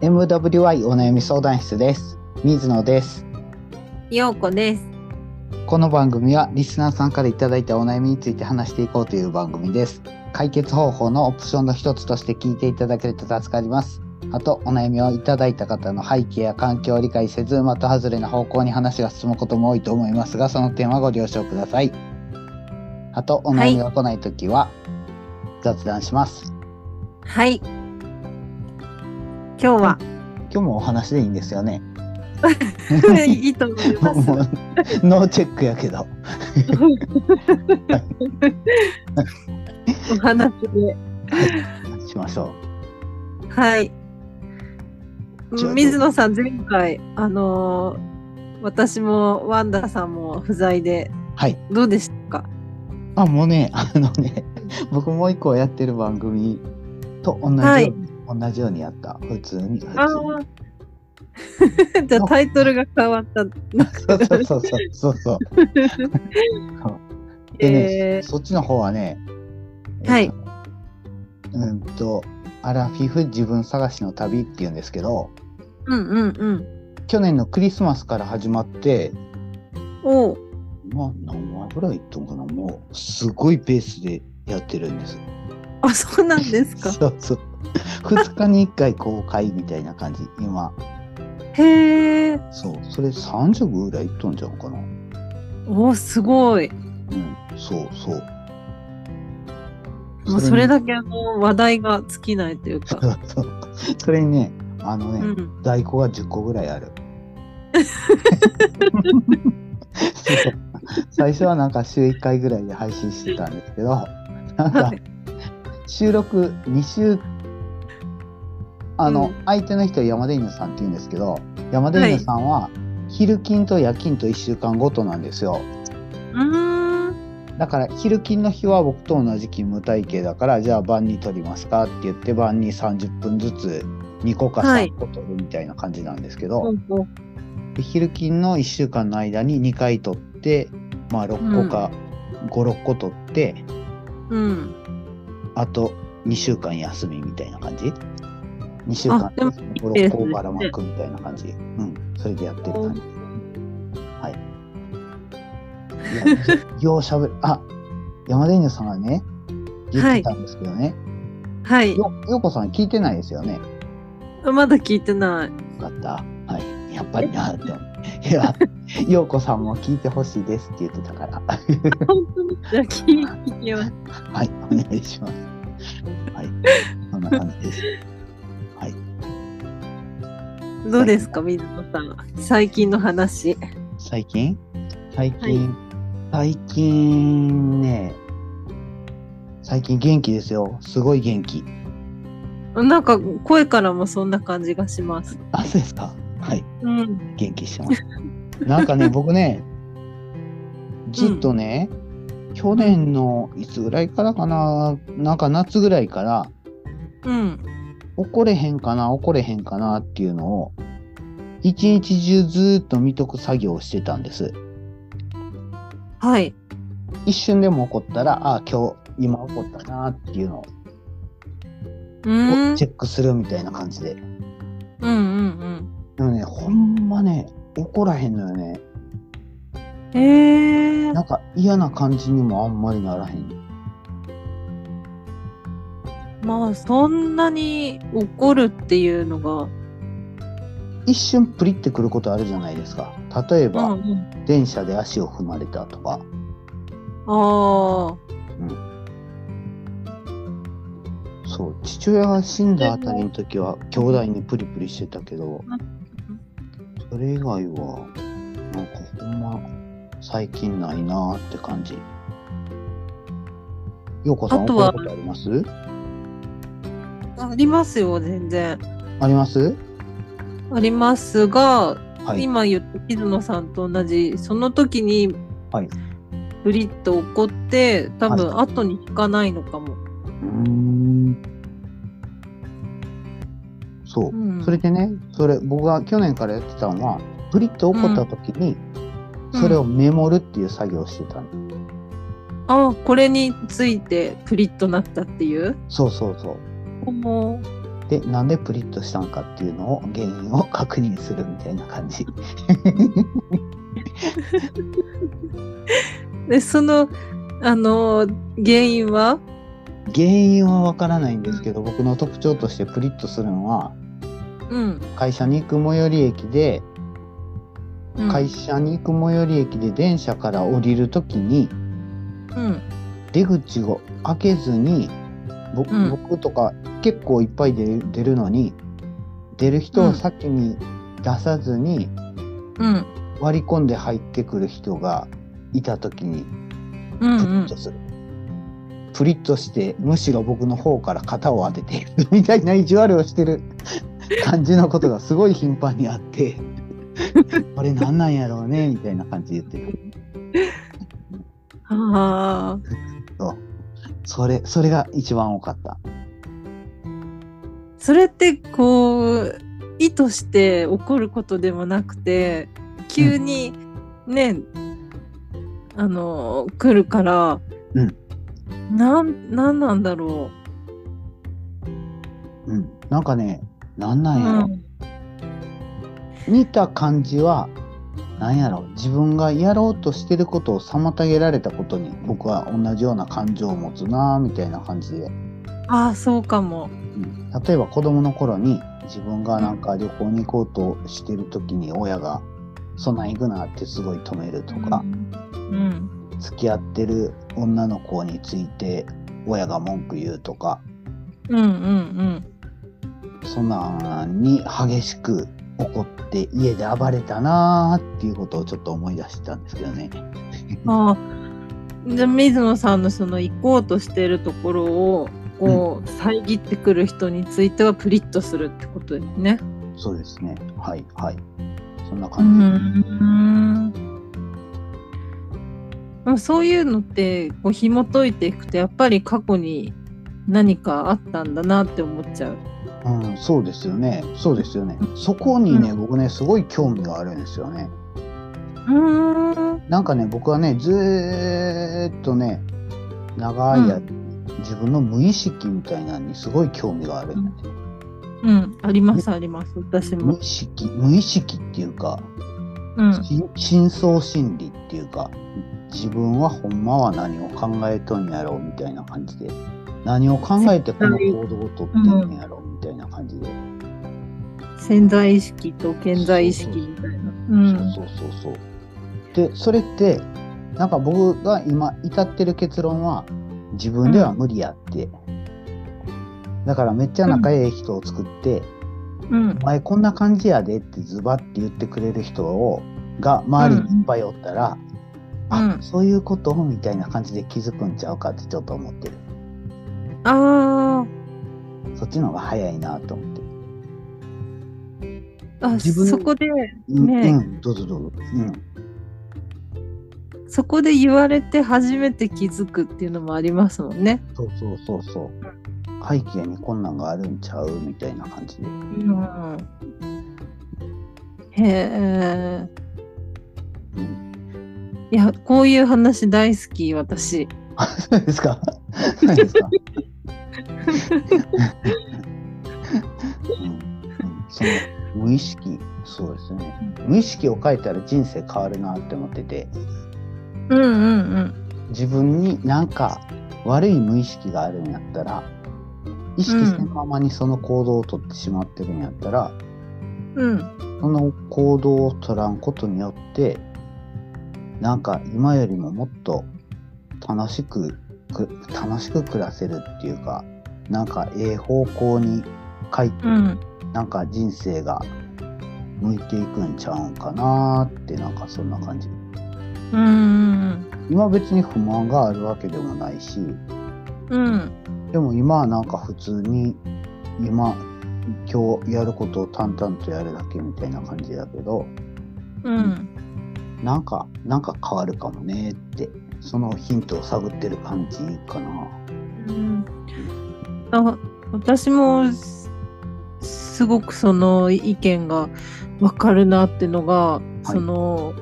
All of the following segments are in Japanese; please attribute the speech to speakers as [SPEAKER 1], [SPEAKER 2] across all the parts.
[SPEAKER 1] MWI お悩み相談室です水野です
[SPEAKER 2] ようこです。
[SPEAKER 1] この番組はリスナーさんからいただいたお悩みについて話していこうという番組です解決方法のオプションの一つとして聞いていただけると助かりますあとお悩みをいただいた方の背景や環境を理解せず的外れな方向に話が進むことも多いと思いますがその点はご了承くださいあとお悩みが来ないときは雑談します、
[SPEAKER 2] はい。今日は
[SPEAKER 1] 今日もお話でいいんですよね
[SPEAKER 2] いいと思います。
[SPEAKER 1] もうノーチェックやけど
[SPEAKER 2] お話で。
[SPEAKER 1] しましょ
[SPEAKER 2] はい
[SPEAKER 1] じゃあ。
[SPEAKER 2] 水野さん前回あのー私もワンダさんも不在で
[SPEAKER 1] う。はい。
[SPEAKER 2] どうでしたか。
[SPEAKER 1] あ、もうね、あのね、僕もう一個やってる番組と同じように、
[SPEAKER 2] はい
[SPEAKER 1] 同じようにやった。普通に、普
[SPEAKER 2] あ
[SPEAKER 1] 通に。
[SPEAKER 2] あ。 じゃあタイトルが変わった。
[SPEAKER 1] そうそうそうそうそう。でね、
[SPEAKER 2] え
[SPEAKER 1] そっちの方はね、
[SPEAKER 2] はい
[SPEAKER 1] えーと。うんと、アラフィフ自分探しの旅っていうんですけど、
[SPEAKER 2] うんうんうん。
[SPEAKER 1] 去年のクリスマスから始まって、
[SPEAKER 2] おう
[SPEAKER 1] まあ何話ぐらいいったのかな、もうすごいペースでやってるんです。
[SPEAKER 2] あそうなんです か。
[SPEAKER 1] そうそう。2日に1回公開みたいな感じ、今。
[SPEAKER 2] へえ。
[SPEAKER 1] そう。それ30ぐらいいっとんじゃんかな。
[SPEAKER 2] おすごい。
[SPEAKER 1] うん。そうそう。
[SPEAKER 2] もうそれだけあの話題が尽きないというか。
[SPEAKER 1] そうそう。 それにね、あの
[SPEAKER 2] う
[SPEAKER 1] ね、
[SPEAKER 2] ん。
[SPEAKER 1] 在庫が10個ぐらいあ る。そう最初はなんか週1回ぐらいで配信してたんですけど、なんか
[SPEAKER 2] はい
[SPEAKER 1] 収録2週、あの、
[SPEAKER 2] うん
[SPEAKER 1] 相手の人は山田犬さんって言うんですけど、山田犬さんは昼勤と夜勤と1週間ごとなんですよ。
[SPEAKER 2] うーん。
[SPEAKER 1] だから昼勤の日は僕と同じ勤務体系だからじゃあ晩に撮りますかって言って晩に30分ずつ2個か
[SPEAKER 2] はい
[SPEAKER 1] 3個撮るみたいな感じなんですけど、
[SPEAKER 2] ほうほう
[SPEAKER 1] で昼勤の1週間の間に2回撮ってまあ6個か56個撮って、
[SPEAKER 2] うん。
[SPEAKER 1] あと2週間休みみたいな感じ2週
[SPEAKER 2] あ
[SPEAKER 1] 間
[SPEAKER 2] でもいい
[SPEAKER 1] 56
[SPEAKER 2] です
[SPEAKER 1] 個
[SPEAKER 2] ね
[SPEAKER 1] ばらまくみたいな感じ、うんそれでやってる感じいやようしゃべる あ山田犬さんがね言ってたんですけどね、
[SPEAKER 2] はい。
[SPEAKER 1] よ、ようこさん聞いてないですよね。よ
[SPEAKER 2] まだ聞いてない。
[SPEAKER 1] かった。はい。やっぱりなって思う。いや、ようこさんも聞いてほしいですって言ってたから。
[SPEAKER 2] 本当にじゃあ聞聞きます。
[SPEAKER 1] はい、お願いします。はい。そんな感じです。はい。
[SPEAKER 2] どうですか、水野さん。最近の話。
[SPEAKER 1] 最近最近、最近ね、最近元気ですよ。すごい元気。
[SPEAKER 2] なんか声からもそんな感じがします。
[SPEAKER 1] あ、そうですか。はい。
[SPEAKER 2] うん。
[SPEAKER 1] 元気してます。なん かね、僕ね、ずっとね、去年のいつぐらいからかな、なんか夏ぐらいから、
[SPEAKER 2] うん。
[SPEAKER 1] 怒れへんかな、怒れへんかなっていうのを、一日中ずーっと見とく作業をしてたんです。
[SPEAKER 2] はい。
[SPEAKER 1] 一瞬でも怒ったら、ああ、今日、今怒ったなっていうのを
[SPEAKER 2] うーん。
[SPEAKER 1] チェックするみたいな感じで。
[SPEAKER 2] うんうん
[SPEAKER 1] でもね、ほんまね、怒らへんのよね。
[SPEAKER 2] うん。ええ
[SPEAKER 1] なんか嫌な感じにもあんまりならへん。
[SPEAKER 2] まあそんなに怒るっていうのが。
[SPEAKER 1] 一瞬プリってくることあるじゃないですか。例えば、
[SPEAKER 2] うんうん。
[SPEAKER 1] 電車で足を踏まれたとか、
[SPEAKER 2] あ
[SPEAKER 1] そう、父親が死んだあたりの時は、兄弟にプリプリしてたけど、それ以外は、なんかほんま、最近ないなーって感じ。ようこさん、
[SPEAKER 2] あとは
[SPEAKER 1] 怒ることあります
[SPEAKER 2] あ。ありますよ、全然。
[SPEAKER 1] あります
[SPEAKER 2] ありますが、
[SPEAKER 1] はい。
[SPEAKER 2] 今言った水野さんと同じその時に
[SPEAKER 1] はい
[SPEAKER 2] ブリッと怒って多分後に引かないのかも、
[SPEAKER 1] うーん。そう
[SPEAKER 2] う。ん
[SPEAKER 1] それでね、それ、僕が去年からやってたのは、プリッと怒った時に、
[SPEAKER 2] うん
[SPEAKER 1] それをメモるっていう作業をしてたの。
[SPEAKER 2] あこれについてプリッとなったっていう
[SPEAKER 1] そうそうそう。
[SPEAKER 2] もう
[SPEAKER 1] でなんでプリッとしたのかっていうのを原因を確認するみたいな感 じ
[SPEAKER 2] で、その、あの、原因は
[SPEAKER 1] 原因はわからないんですけど僕の特徴としてプリッとするのは
[SPEAKER 2] うん。
[SPEAKER 1] 会社に行く最寄り駅で
[SPEAKER 2] うん
[SPEAKER 1] 会社に行く最寄り駅で電車から降りるときに
[SPEAKER 2] うん。
[SPEAKER 1] 出口を開けずにぼ僕,、
[SPEAKER 2] うん
[SPEAKER 1] とか結構いっぱい出る出るのに出る人を先に出さずに
[SPEAKER 2] うん。
[SPEAKER 1] 割り込んで入ってくる人がいた時に
[SPEAKER 2] う
[SPEAKER 1] プリ
[SPEAKER 2] ん
[SPEAKER 1] ッと。する。プリッとしてむしろ僕の方から肩を当てている みたいな意地悪をしてる感じのことがすごい頻繁にあってこれなんなんやろうねみたいな感じで言ってる。
[SPEAKER 2] うん。ああ。
[SPEAKER 1] それ、それが一番多かった。
[SPEAKER 2] それって、こう、意図して起こることでもなくて、急に、ね、あの、来るから、
[SPEAKER 1] うん
[SPEAKER 2] なん、なんなんだろ
[SPEAKER 1] うん。なんかね、なんな
[SPEAKER 2] う。
[SPEAKER 1] んやろ。見た感じは、なんやろ。自分がやろうとしてることを妨げられたことに、僕は同じような感情を持つなぁみたいな感じで。
[SPEAKER 2] ああ、そうかも。
[SPEAKER 1] うん例えば子供の頃に、自分がなんか旅行に行こうとしてる時に親が、そんなん行くなってすごい止めるとか、
[SPEAKER 2] うん。
[SPEAKER 1] 付き合ってる女の子について親が文句言うとか、
[SPEAKER 2] うんうんうん。
[SPEAKER 1] そんなんに激しく怒って家で暴れたなーっていうことをちょっと思い出したんですけどね。
[SPEAKER 2] ああ。じゃあ、水野さんのその行こうとしてるところを、こう、遮ってくる人についてはプリッとするってことですね。
[SPEAKER 1] そうですね。はいはい。そんな
[SPEAKER 2] う
[SPEAKER 1] 感
[SPEAKER 2] ん。でもそういうのって、こう、紐解いていくと、やっぱり過去に何かあったんだなって思っちゃう。
[SPEAKER 1] じ。うん、そうですよね。そうですよね。そこにね、
[SPEAKER 2] う
[SPEAKER 1] 僕ね、すごい興味があるんですよね。
[SPEAKER 2] うん。
[SPEAKER 1] なんかね、僕はね、ずーっとね、長い間、
[SPEAKER 2] う
[SPEAKER 1] 自分の無意識みたいなのにすごい興味があるんだね。
[SPEAKER 2] うん。あります、あります。私
[SPEAKER 1] 無
[SPEAKER 2] も。
[SPEAKER 1] 意識、無意識っていうか、
[SPEAKER 2] うん。
[SPEAKER 1] し深層心理っていうか自分はほんまは何を考えとんやろうみたいな感じで何を考えてこの行動をとってんやろうみたいな感じで、
[SPEAKER 2] 潜在意識と健在意識みたいな。うん。
[SPEAKER 1] そうそうそうそうでそれってなんか僕が今至ってる結論は自分では無理やって、だからめっちゃ仲いい人を作って、
[SPEAKER 2] うん
[SPEAKER 1] お。前こんな感じやでってズバって言ってくれる人をが周りにいっぱいおったら、あ、
[SPEAKER 2] うん
[SPEAKER 1] そういうことみたいな感じで気づくんちゃうかってちょっと思ってる
[SPEAKER 2] あ
[SPEAKER 1] そっちの方が早いなと思って
[SPEAKER 2] ーあ、
[SPEAKER 1] 自分
[SPEAKER 2] そこで、
[SPEAKER 1] うん、
[SPEAKER 2] ねえ
[SPEAKER 1] うん、どうぞどうぞうん
[SPEAKER 2] そこで言われて初めて気づくっていうのもありますもんね。
[SPEAKER 1] そうそうそうそう背景にこんなんがあるんちゃうみたいな感じで
[SPEAKER 2] うん。へえ。
[SPEAKER 1] うん
[SPEAKER 2] いや、こういう話大好き、私。
[SPEAKER 1] あそうですかそうですかうんうんその無意識そうですね無意識を変えたら人生変わるなって思ってて
[SPEAKER 2] うんうん
[SPEAKER 1] 自分になんか悪い無意識があるんやったら意識せんままにその行動をとってしまってるんやったら、
[SPEAKER 2] うん。うん。
[SPEAKER 1] その行動を取らんことによってなんか今よりももっと楽しくく楽しく暮らせるっていうかなんかええ方向に書いて、
[SPEAKER 2] うん。
[SPEAKER 1] なんか人生が向いていくんちゃうんかなーってなんかそんな感じ。
[SPEAKER 2] うん。
[SPEAKER 1] 今別に不満があるわけでもないし
[SPEAKER 2] うん。
[SPEAKER 1] でも今はなんか普通に今今日やることを淡々とやるだけみたいな感じだけど
[SPEAKER 2] うん。
[SPEAKER 1] なんかなんか変わるかもねってそのヒントを探ってる感じかな。
[SPEAKER 2] うん。あ私もすすごくその意見がわかるなってのが、その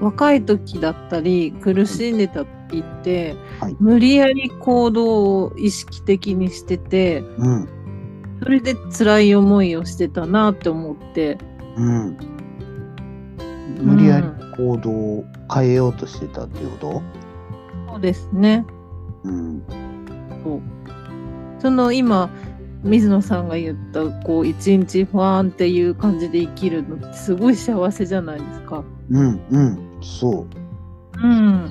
[SPEAKER 2] 若い時だったり苦しんでた時って、
[SPEAKER 1] はい
[SPEAKER 2] 無理やり行動を意識的にしてて
[SPEAKER 1] うん
[SPEAKER 2] それで辛い思いをしてたなって思って。
[SPEAKER 1] うん。無理やり行動を変えようとしてたっていうこ
[SPEAKER 2] そうですね。
[SPEAKER 1] とうん。
[SPEAKER 2] そうその今水野さんが言ったこう一日ファーンっていう感じで生きるのってすごい幸せじゃないですか。
[SPEAKER 1] うん、うん、そう。
[SPEAKER 2] うん。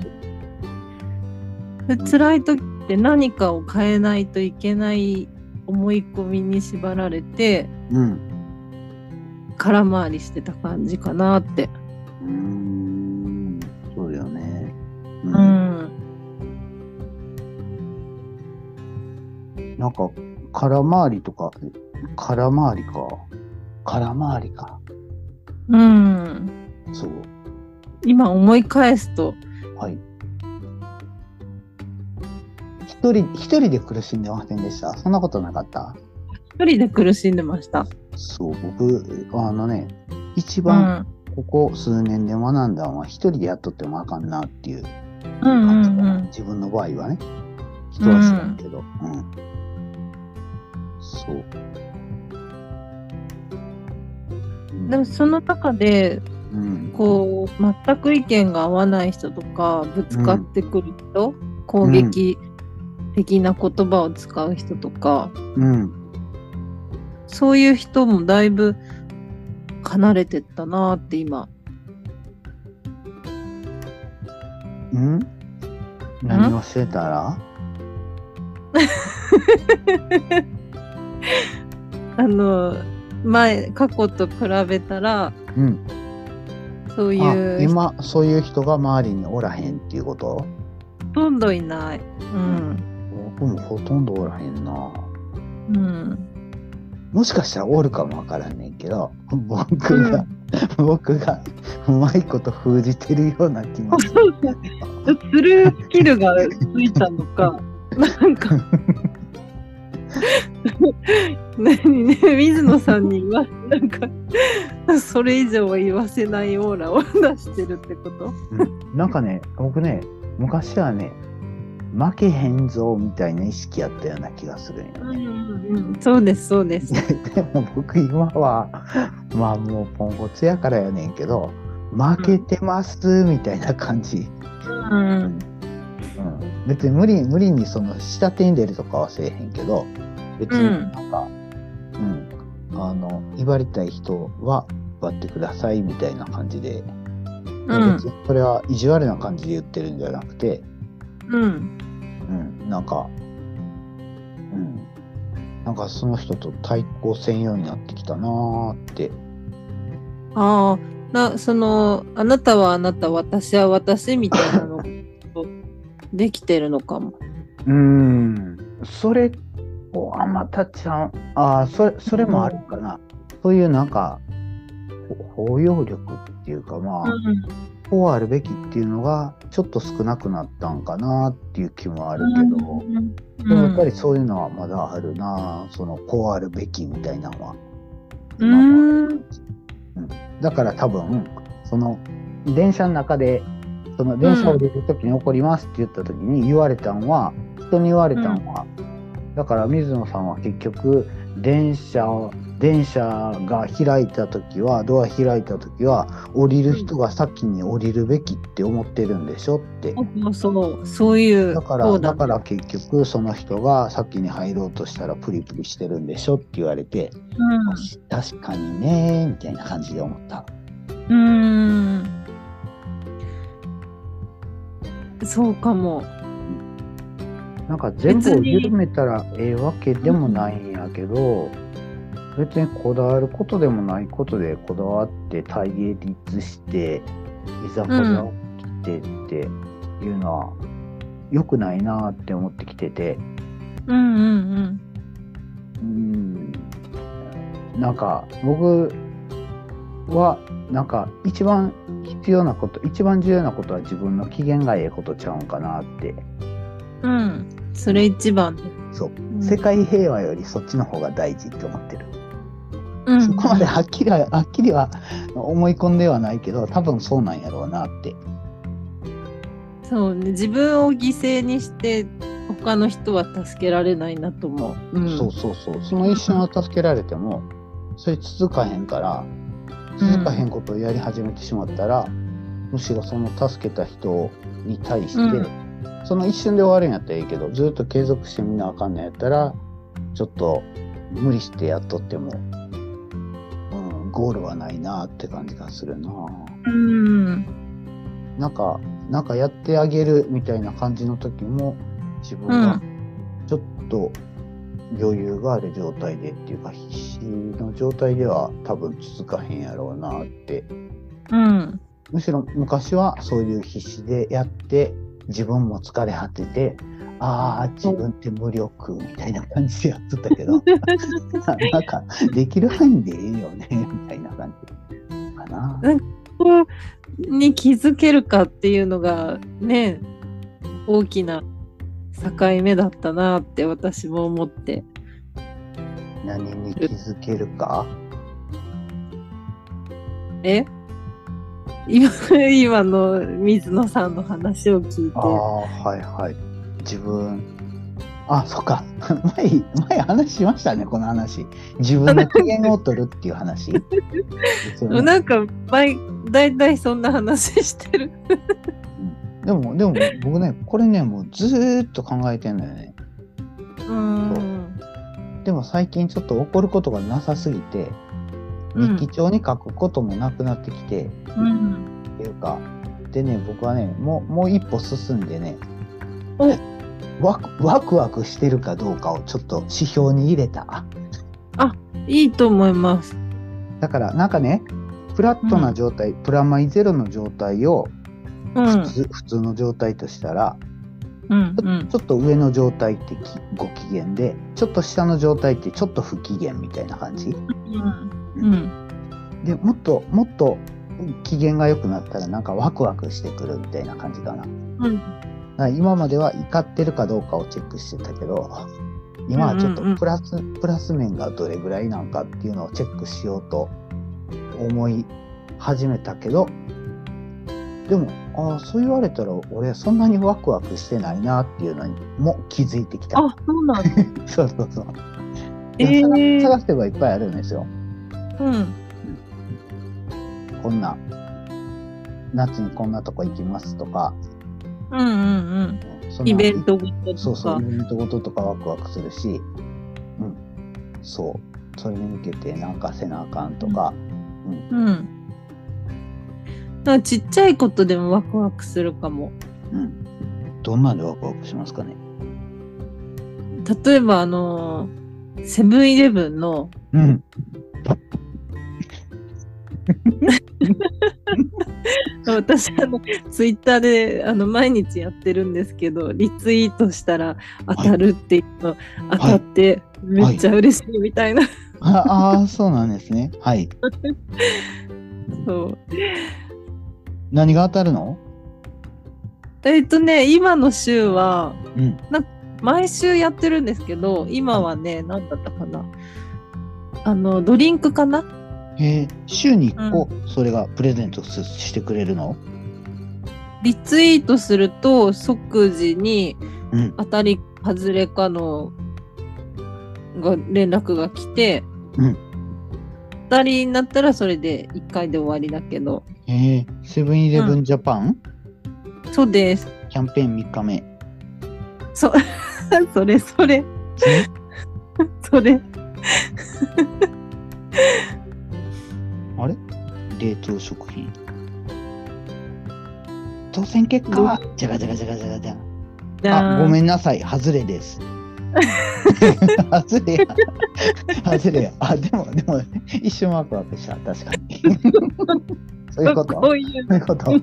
[SPEAKER 2] で辛い時って何かを変えないといけない思い込みに縛られて
[SPEAKER 1] うん。
[SPEAKER 2] 空回りしてた感じかなって。
[SPEAKER 1] うーん、そうだよね。う
[SPEAKER 2] う。ん。
[SPEAKER 1] なんか、空回りとか、空回りか。空回りか。
[SPEAKER 2] うん。
[SPEAKER 1] そう。
[SPEAKER 2] 今思い返すと、
[SPEAKER 1] はい。一人、一人で苦しんでませんでした。そんなことなかった
[SPEAKER 2] 一人で苦しんでました。
[SPEAKER 1] そう、僕、あのね、一
[SPEAKER 2] う
[SPEAKER 1] 番
[SPEAKER 2] ん。
[SPEAKER 1] ここ数年で学んだのは、一人でやっとってもあかんなっていう
[SPEAKER 2] うんう
[SPEAKER 1] 感じか
[SPEAKER 2] ん
[SPEAKER 1] な、
[SPEAKER 2] うん。
[SPEAKER 1] 自分の場合はね。人は知らんけど。うん。そう。うん
[SPEAKER 2] でもその中で
[SPEAKER 1] うん、
[SPEAKER 2] こう全く意見が合わない人とかぶつかってくる人、攻撃的な言葉を使う人とか、
[SPEAKER 1] うん、
[SPEAKER 2] そういう人もだいぶ離れてったなって今
[SPEAKER 1] うん何をしてたら
[SPEAKER 2] あの前過去と比べたら
[SPEAKER 1] うん。
[SPEAKER 2] そうい
[SPEAKER 1] あ、
[SPEAKER 2] う人
[SPEAKER 1] 今、そういう人が周りにおらへんっていうこと
[SPEAKER 2] ほとんどいない。うん
[SPEAKER 1] 僕もほとんどおらへんな。
[SPEAKER 2] うん
[SPEAKER 1] もしかしたらおるかもわからんねんけど、僕が、僕がうまいこと封じてるような気もする。
[SPEAKER 2] するスキルがついたのかなんか何ね水野さんに言わなんかそれ以上は言わせないオーラを出してるってこと
[SPEAKER 1] うんなんかね、僕ね、昔はね、負けへんぞみたいな意識やったような気がするんよ ね。
[SPEAKER 2] そうですそうです
[SPEAKER 1] でも僕今は、まあもうポンコツやからやねんけど、負けてますみたいな感じ。
[SPEAKER 2] うん
[SPEAKER 1] うん、別に無理無理にその下手に出るとかはせえへんけど別に
[SPEAKER 2] うん
[SPEAKER 1] なんか、うんあの威張りたい人は威張ってくださいみたいな感じで、
[SPEAKER 2] うん
[SPEAKER 1] 別にこれは意地悪な感じで言ってるんじゃなくて、
[SPEAKER 2] うん
[SPEAKER 1] うん、なんか、うん、なんかその人と対抗せんようになってきたなーって、
[SPEAKER 2] ああなそのあなたはあなた私は私みたいなのができてるのかも
[SPEAKER 1] うんそれをあまたちゃんあーそれそれもあるかな、そういうなんかほ包容力っていうかまあ、こうあるべきっていうのがちょっと少なくなったんかなっていう気もあるけど、
[SPEAKER 2] うん
[SPEAKER 1] でもやっぱりそういうのはまだあるなそのこうあるべきみたいなのは。
[SPEAKER 2] うん
[SPEAKER 1] だから多分その電車の中でその電車を降りる時に怒りますって言った時に言われたんは人に言われたんは、だから水野さんは結局電車を電車が開いた時はドア開いた時は降りる人が先に降りるべきって思ってるんでしょって。
[SPEAKER 2] そうそうそういう
[SPEAKER 1] だか
[SPEAKER 2] そ
[SPEAKER 1] ら
[SPEAKER 2] うだ
[SPEAKER 1] だから結局その人が先に入ろうとしたらプリプリしてるんでしょって言われて確かにねみたいな感じで思った。
[SPEAKER 2] うんうんそうかも
[SPEAKER 1] なんか全部を緩めたらええわけでもないんやけど別にこだわることでもないことでこだわって対立していざこざ起きてっていうのは良くないなって思ってきてて
[SPEAKER 2] うんうん
[SPEAKER 1] うんなんか僕はなんか一番必要なこと一番重要なことは自分の機嫌がええことちゃうんかなって
[SPEAKER 2] うんうんそれ一番
[SPEAKER 1] そう
[SPEAKER 2] うん
[SPEAKER 1] 世界平和よりそっちの方が大事って思ってる。
[SPEAKER 2] うん
[SPEAKER 1] そこまではっきりははっきりは思い込んではないけど多分そうなんやろうなって
[SPEAKER 2] そうね自分を犠牲にして他の人は助けられないなと思う。うん、
[SPEAKER 1] そうそうそうその一瞬は助けられてもそれ続かへんから
[SPEAKER 2] うん
[SPEAKER 1] 続かへんことをやり始めてしまったら、むしろその助けた人に対して、
[SPEAKER 2] う
[SPEAKER 1] その一瞬で終わるんやったらいいけどずっと継続してみなあかんのやったらちょっと無理してやっとっても、うん、ゴールはないなって感じがするな。
[SPEAKER 2] うん。
[SPEAKER 1] なんか、なんかやってあげるみたいな感じの時も、自分
[SPEAKER 2] う
[SPEAKER 1] がちょっと余裕がある状態でっていうか、必死の状態では多分続かへんやろうなって。
[SPEAKER 2] うん。
[SPEAKER 1] むしろ昔はそういう必死でやって、自分も疲れ果てて、ああ、自分って無力みたいな感じでやっとったけど、なんかできる範囲でいいよね、みたいな感じかな。
[SPEAKER 2] ここに気づけるかっていうのがね、大きな境目だったなって私も思って。
[SPEAKER 1] 何に気づけるか。
[SPEAKER 2] え今今の水野さんの話を聞い
[SPEAKER 1] あ
[SPEAKER 2] て。
[SPEAKER 1] あはいはい自分あそっか 前前話しましたねこの話自分の機嫌を取るっていう 話ですよね
[SPEAKER 2] なんか毎大体そんな話してる。
[SPEAKER 1] でもでも僕ねこれねもうずーっと考えてんのよね
[SPEAKER 2] うん。
[SPEAKER 1] でも最近ちょっと怒ることがなさすぎて
[SPEAKER 2] うん
[SPEAKER 1] 日記帳に書くこともなくなってきて、
[SPEAKER 2] うん。
[SPEAKER 1] っていうかでね僕はねもうもう一歩進んでね
[SPEAKER 2] お
[SPEAKER 1] ワクワクワクしてるかどうかをちょっと指標に入れた。
[SPEAKER 2] いいと思います。
[SPEAKER 1] だからなんかねフラットな状態、プラマイゼロの状態を
[SPEAKER 2] う
[SPEAKER 1] 普
[SPEAKER 2] ん。
[SPEAKER 1] 通,、普通の状態としたら
[SPEAKER 2] うん
[SPEAKER 1] ちょ,、
[SPEAKER 2] うん。
[SPEAKER 1] ちょっと上の状態ってきご機嫌でちょっと下の状態ってちょっと不機嫌みたいな感じ
[SPEAKER 2] うん。
[SPEAKER 1] でもっともっと機嫌が良くなったらなんかワクワクしてくるみたいな感じかなだか
[SPEAKER 2] うん。
[SPEAKER 1] ら今までは怒ってるかどうかをチェックしてたけど今はちょっと
[SPEAKER 2] うんうんうん
[SPEAKER 1] プラス、プラス面がどれぐらいなんかっていうのをチェックしようと思い始めたけどでもああそう言われたら俺そんなにワクワクしてないなっていうのにも気づいてきた
[SPEAKER 2] あ、そうなんだ。
[SPEAKER 1] そうそうそう、
[SPEAKER 2] ええ
[SPEAKER 1] 探探せばいっぱいあるんですよ
[SPEAKER 2] うん。
[SPEAKER 1] こんな夏にこんなとこ行きますとか
[SPEAKER 2] うんうん
[SPEAKER 1] そ
[SPEAKER 2] う
[SPEAKER 1] な
[SPEAKER 2] んん。イベントごととか。
[SPEAKER 1] そうそう、イベントごととかワクワクするし、うん、そう、それに向けてなんかせなあかんとか、
[SPEAKER 2] うん。なんかちっちゃいことでもワクワクするかも。
[SPEAKER 1] うん。どんなんでワクワクしますかね。
[SPEAKER 2] 例えばあのーセブンイレブンの
[SPEAKER 1] うん。
[SPEAKER 2] 私あのツイッターであの毎日やってるんですけどリツイートしたら当たるっていうの、当たってめっちゃ嬉しいみたいな、
[SPEAKER 1] ああー、そうなんですね。はい。
[SPEAKER 2] そう
[SPEAKER 1] 何が当たるの
[SPEAKER 2] えっとね今の週は
[SPEAKER 1] うん。
[SPEAKER 2] 毎週やってるんですけど今はね何だったかなあのドリンクかな
[SPEAKER 1] えー、週に1個、それがプレゼントすしてくれるの
[SPEAKER 2] リツイートすると即時に
[SPEAKER 1] うん。
[SPEAKER 2] 当たり外れかのが連絡が来て、
[SPEAKER 1] うん
[SPEAKER 2] 当たりになったらそれで1回で終わりだけど
[SPEAKER 1] えー、セブンイレブンジャパン、
[SPEAKER 2] そうです
[SPEAKER 1] キャンペーン3日目。
[SPEAKER 2] そそれそれそれ
[SPEAKER 1] あれ冷凍食品。当選結
[SPEAKER 2] ど
[SPEAKER 1] 果じゃがじゃがじゃがじゃがじゃが。
[SPEAKER 2] じゃ
[SPEAKER 1] あ、ごめ
[SPEAKER 2] ん
[SPEAKER 1] んなさい、外れです。外れや。外れや。あ、でも、でも、一瞬ワクワクした、確かに。そういうこと。
[SPEAKER 2] こ
[SPEAKER 1] そう
[SPEAKER 2] ういう
[SPEAKER 1] いうこと。はい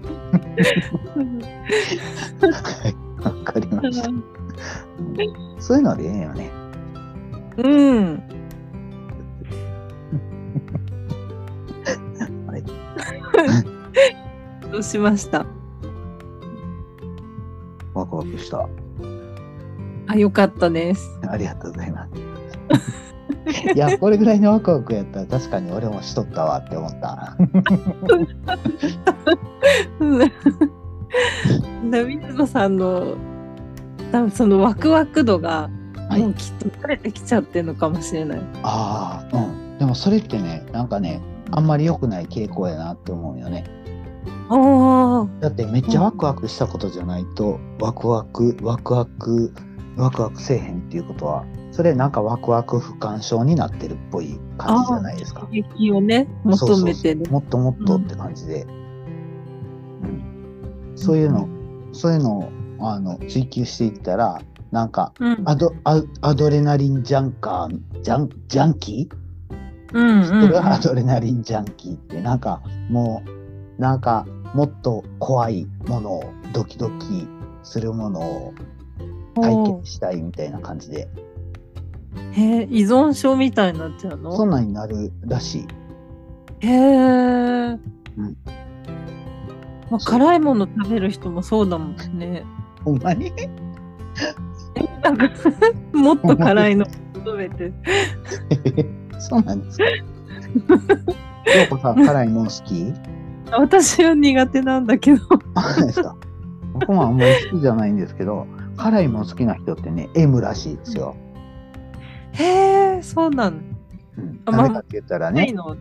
[SPEAKER 1] わかりました。そういうのでいいよね。
[SPEAKER 2] うん
[SPEAKER 1] あれ
[SPEAKER 2] どうしました
[SPEAKER 1] ワクワクした。
[SPEAKER 2] あよかったです
[SPEAKER 1] ありがとうございます。いや、これぐらいのワクワクやったら、確かに俺もしとったわって思った。
[SPEAKER 2] うん水野さんの多分そのワクワク度が
[SPEAKER 1] はい
[SPEAKER 2] もうきっと慣れてきちゃってるのかもしれない。
[SPEAKER 1] ああ、うん。でもそれってね、なんかね、あんまり良くない傾向やなって思うよね。
[SPEAKER 2] あ
[SPEAKER 1] だってめっちゃワクワクしたことじゃないと、ワクワク、ワクワク、ワクワクせえへんっていうことは、それなんかワクワク不感症になってるっぽい感じじゃないです
[SPEAKER 2] あ
[SPEAKER 1] か。
[SPEAKER 2] 刺激をね求めてね
[SPEAKER 1] そうそうそうもっともっとって感じで、うんそういうのそういうのをあの追求していったらなんか
[SPEAKER 2] うん
[SPEAKER 1] アドアアドレナリンジャンカージャンジャンキー
[SPEAKER 2] うん
[SPEAKER 1] 知
[SPEAKER 2] う
[SPEAKER 1] って
[SPEAKER 2] ん
[SPEAKER 1] るアドレナリンジャンキーってなんかもうなんかもっと怖いものをドキドキするものを体験したいみたいな感じで
[SPEAKER 2] へえ依存症みたいになっちゃ
[SPEAKER 1] そ
[SPEAKER 2] うの
[SPEAKER 1] んなんになるらしい
[SPEAKER 2] へえ、
[SPEAKER 1] うん
[SPEAKER 2] まあ、辛いもの食べる人もそうだもんね
[SPEAKER 1] ほんまに
[SPEAKER 2] なんかもっと辛いの求め て
[SPEAKER 1] そうなんですか。ようこさん、辛いもん好き
[SPEAKER 2] 私は苦手なんだけど
[SPEAKER 1] そうですか。僕もあんまり好きじゃないんですけど、辛いもん好きな人ってね、M らしいですよ。
[SPEAKER 2] へえそうなん
[SPEAKER 1] うん、
[SPEAKER 2] あまあ
[SPEAKER 1] 誰かって言ったら
[SPEAKER 2] ない
[SPEAKER 1] ね、
[SPEAKER 2] の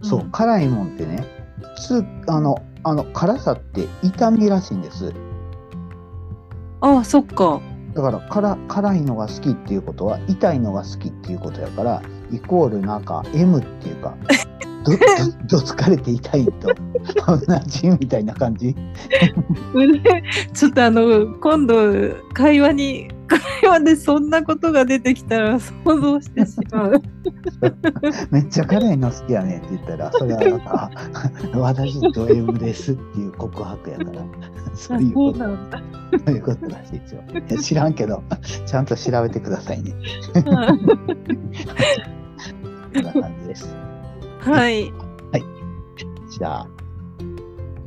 [SPEAKER 1] そう、辛いもんってね、普通、あの、あの辛さって痛みらしいんです。
[SPEAKER 2] あそっか
[SPEAKER 1] だから辛、辛いのが好きっていうことは、痛いのが好きっていうことやから、イコールなんか M っていう か、ど、ど、どつかれて痛いと同じみたいな感じ。
[SPEAKER 2] うんちょっとあの今度会話に会話でそんなことが出てきたら想像してしまう
[SPEAKER 1] めっちゃ辛いの好きやねんって言ったら、それはなん か、私ド M ですっていう告白やから、そういう
[SPEAKER 2] そ
[SPEAKER 1] こ
[SPEAKER 2] うなんだ
[SPEAKER 1] と、そういうことらしいですよ。いや知らんけど、ちゃんと調べてくださいね。こんな感じです。
[SPEAKER 2] はい
[SPEAKER 1] じゃあ、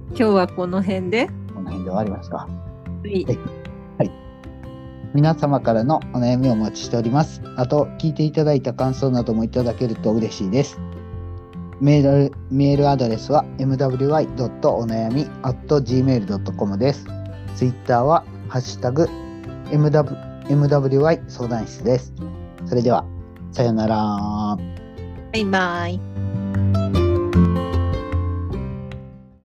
[SPEAKER 2] 今日はこの辺で
[SPEAKER 1] この辺で終わりますか。
[SPEAKER 2] はい
[SPEAKER 1] 皆様からのお悩みをお待ちしております。あと、聞いていただいた感想などもいただけると嬉しいです。メールメールアドレスは mwy.onayami.gmail.com です。ツイッターは、ハッシュタグ、MW mwy 相談室です。それでは、さようなら。
[SPEAKER 2] バイバイ